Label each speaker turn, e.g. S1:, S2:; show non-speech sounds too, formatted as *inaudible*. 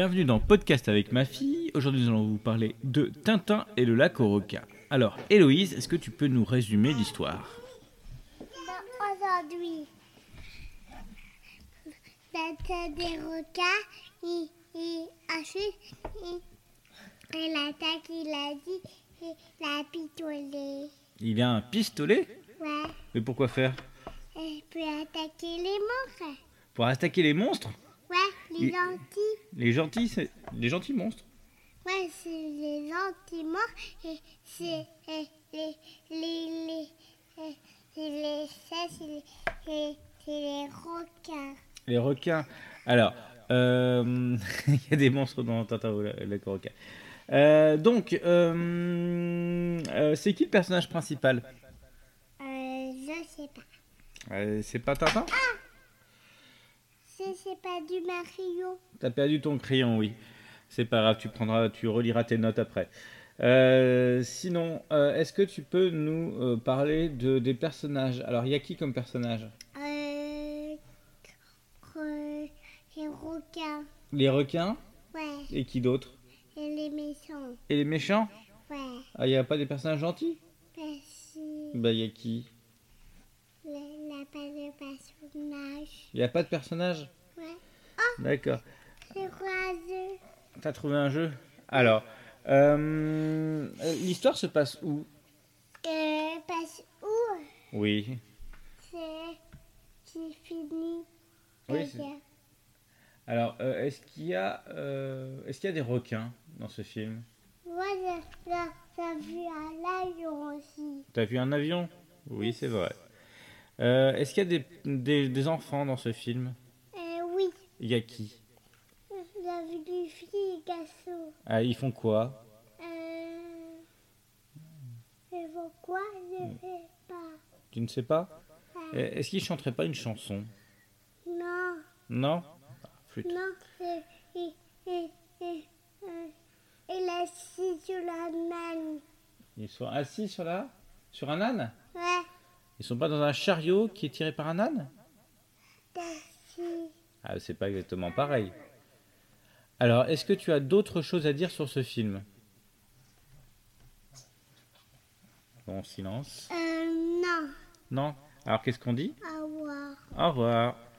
S1: Bienvenue dans Podcast avec ma fille. Aujourd'hui, nous allons vous parler de Tintin et le lac aux requins. Alors, Héloïse, est-ce que tu peux nous résumer l'histoire
S2: Bah, Aujourd'hui, la tête des requins, il, il a su, il, il attaque, il a dit, il a pitolé.
S1: Il a un pistolet
S2: Ouais,
S1: Mais pourquoi faire
S2: et puis attaquer les monstres.
S1: Pour attaquer les monstres
S2: Ouais, les
S1: Il-
S2: gentils.
S1: Les gentils, c'est... Les gentils monstres
S2: Ouais, c'est les gentils morts et c'est et les, les, les, et- et les, ça, c'est les, et- c'est les requins.
S1: Les requins. Alors, euh, *laughs* il y a des monstres dans Tintin ou le le lac aux requins. Euh, donc, euh, euh, c'est qui le personnage principal
S2: Euh, je sais pas.
S1: Euh, C'est pas Tintin
S2: Si c'est pas du Mario.
S1: T'as perdu ton crayon, oui. C'est pas grave, tu prendras, tu reliras tes notes après. Euh, sinon, euh, est-ce que tu peux nous euh, parler de, des personnages Alors, il y a qui comme personnage
S2: Euh. euh, Les requins,
S1: Les requins
S2: ouais.
S1: et qui d'autre
S2: Et les méchants,
S1: Et les méchants
S2: ouais.
S1: Ah, il n'y a pas des personnages gentils
S2: Merci.
S1: Bah, il y a qui
S2: Il n'a pas de personnage.
S1: Il n'y a pas de personnage
S2: Ouais.
S1: D'accord.
S2: C'est croiseux.
S1: T'as trouvé un jeu Alors, euh, euh, l'histoire se passe où
S2: Euh. Parce où
S1: Oui.
S2: c'est. J'ai fini.
S1: Oui, c'est- Alors, euh, est-ce qu'il y, a, euh, est-ce qu'il y a des requins dans ce film
S2: Moi, j'ai j'ai- j'ai vu un lion aussi.
S1: T'as vu un avion Oui, c'est vrai. Euh, Est-ce qu'il y a des, des- des enfants dans ce film
S2: Euh, oui.
S1: Il y a qui
S2: J'ai vu du Picasso.
S1: ah, Ils font quoi
S2: Euh... Mais pourquoi je fais pas
S1: Tu ne sais pas
S2: ça
S1: Euh, Est-ce qu'ils chanteraient pas une chanson
S2: Non,
S1: Non Flûte.
S2: non, c'est... Et, et, et, euh, et la scie sur la manne.
S1: Ils sont assis sur la... sur un âne
S2: Ouais,
S1: Ils sont pas dans un chariot qui est tiré par un âne
S2: la scie.
S1: Ah, c'est pas exactement pareil. Alors, est-ce que tu as d'autres choses à dire sur ce film Bon, silence.
S2: Euh, non, Euh,
S1: Non Alors, qu'est-ce qu'on dit
S2: à voir.
S1: Au revoir.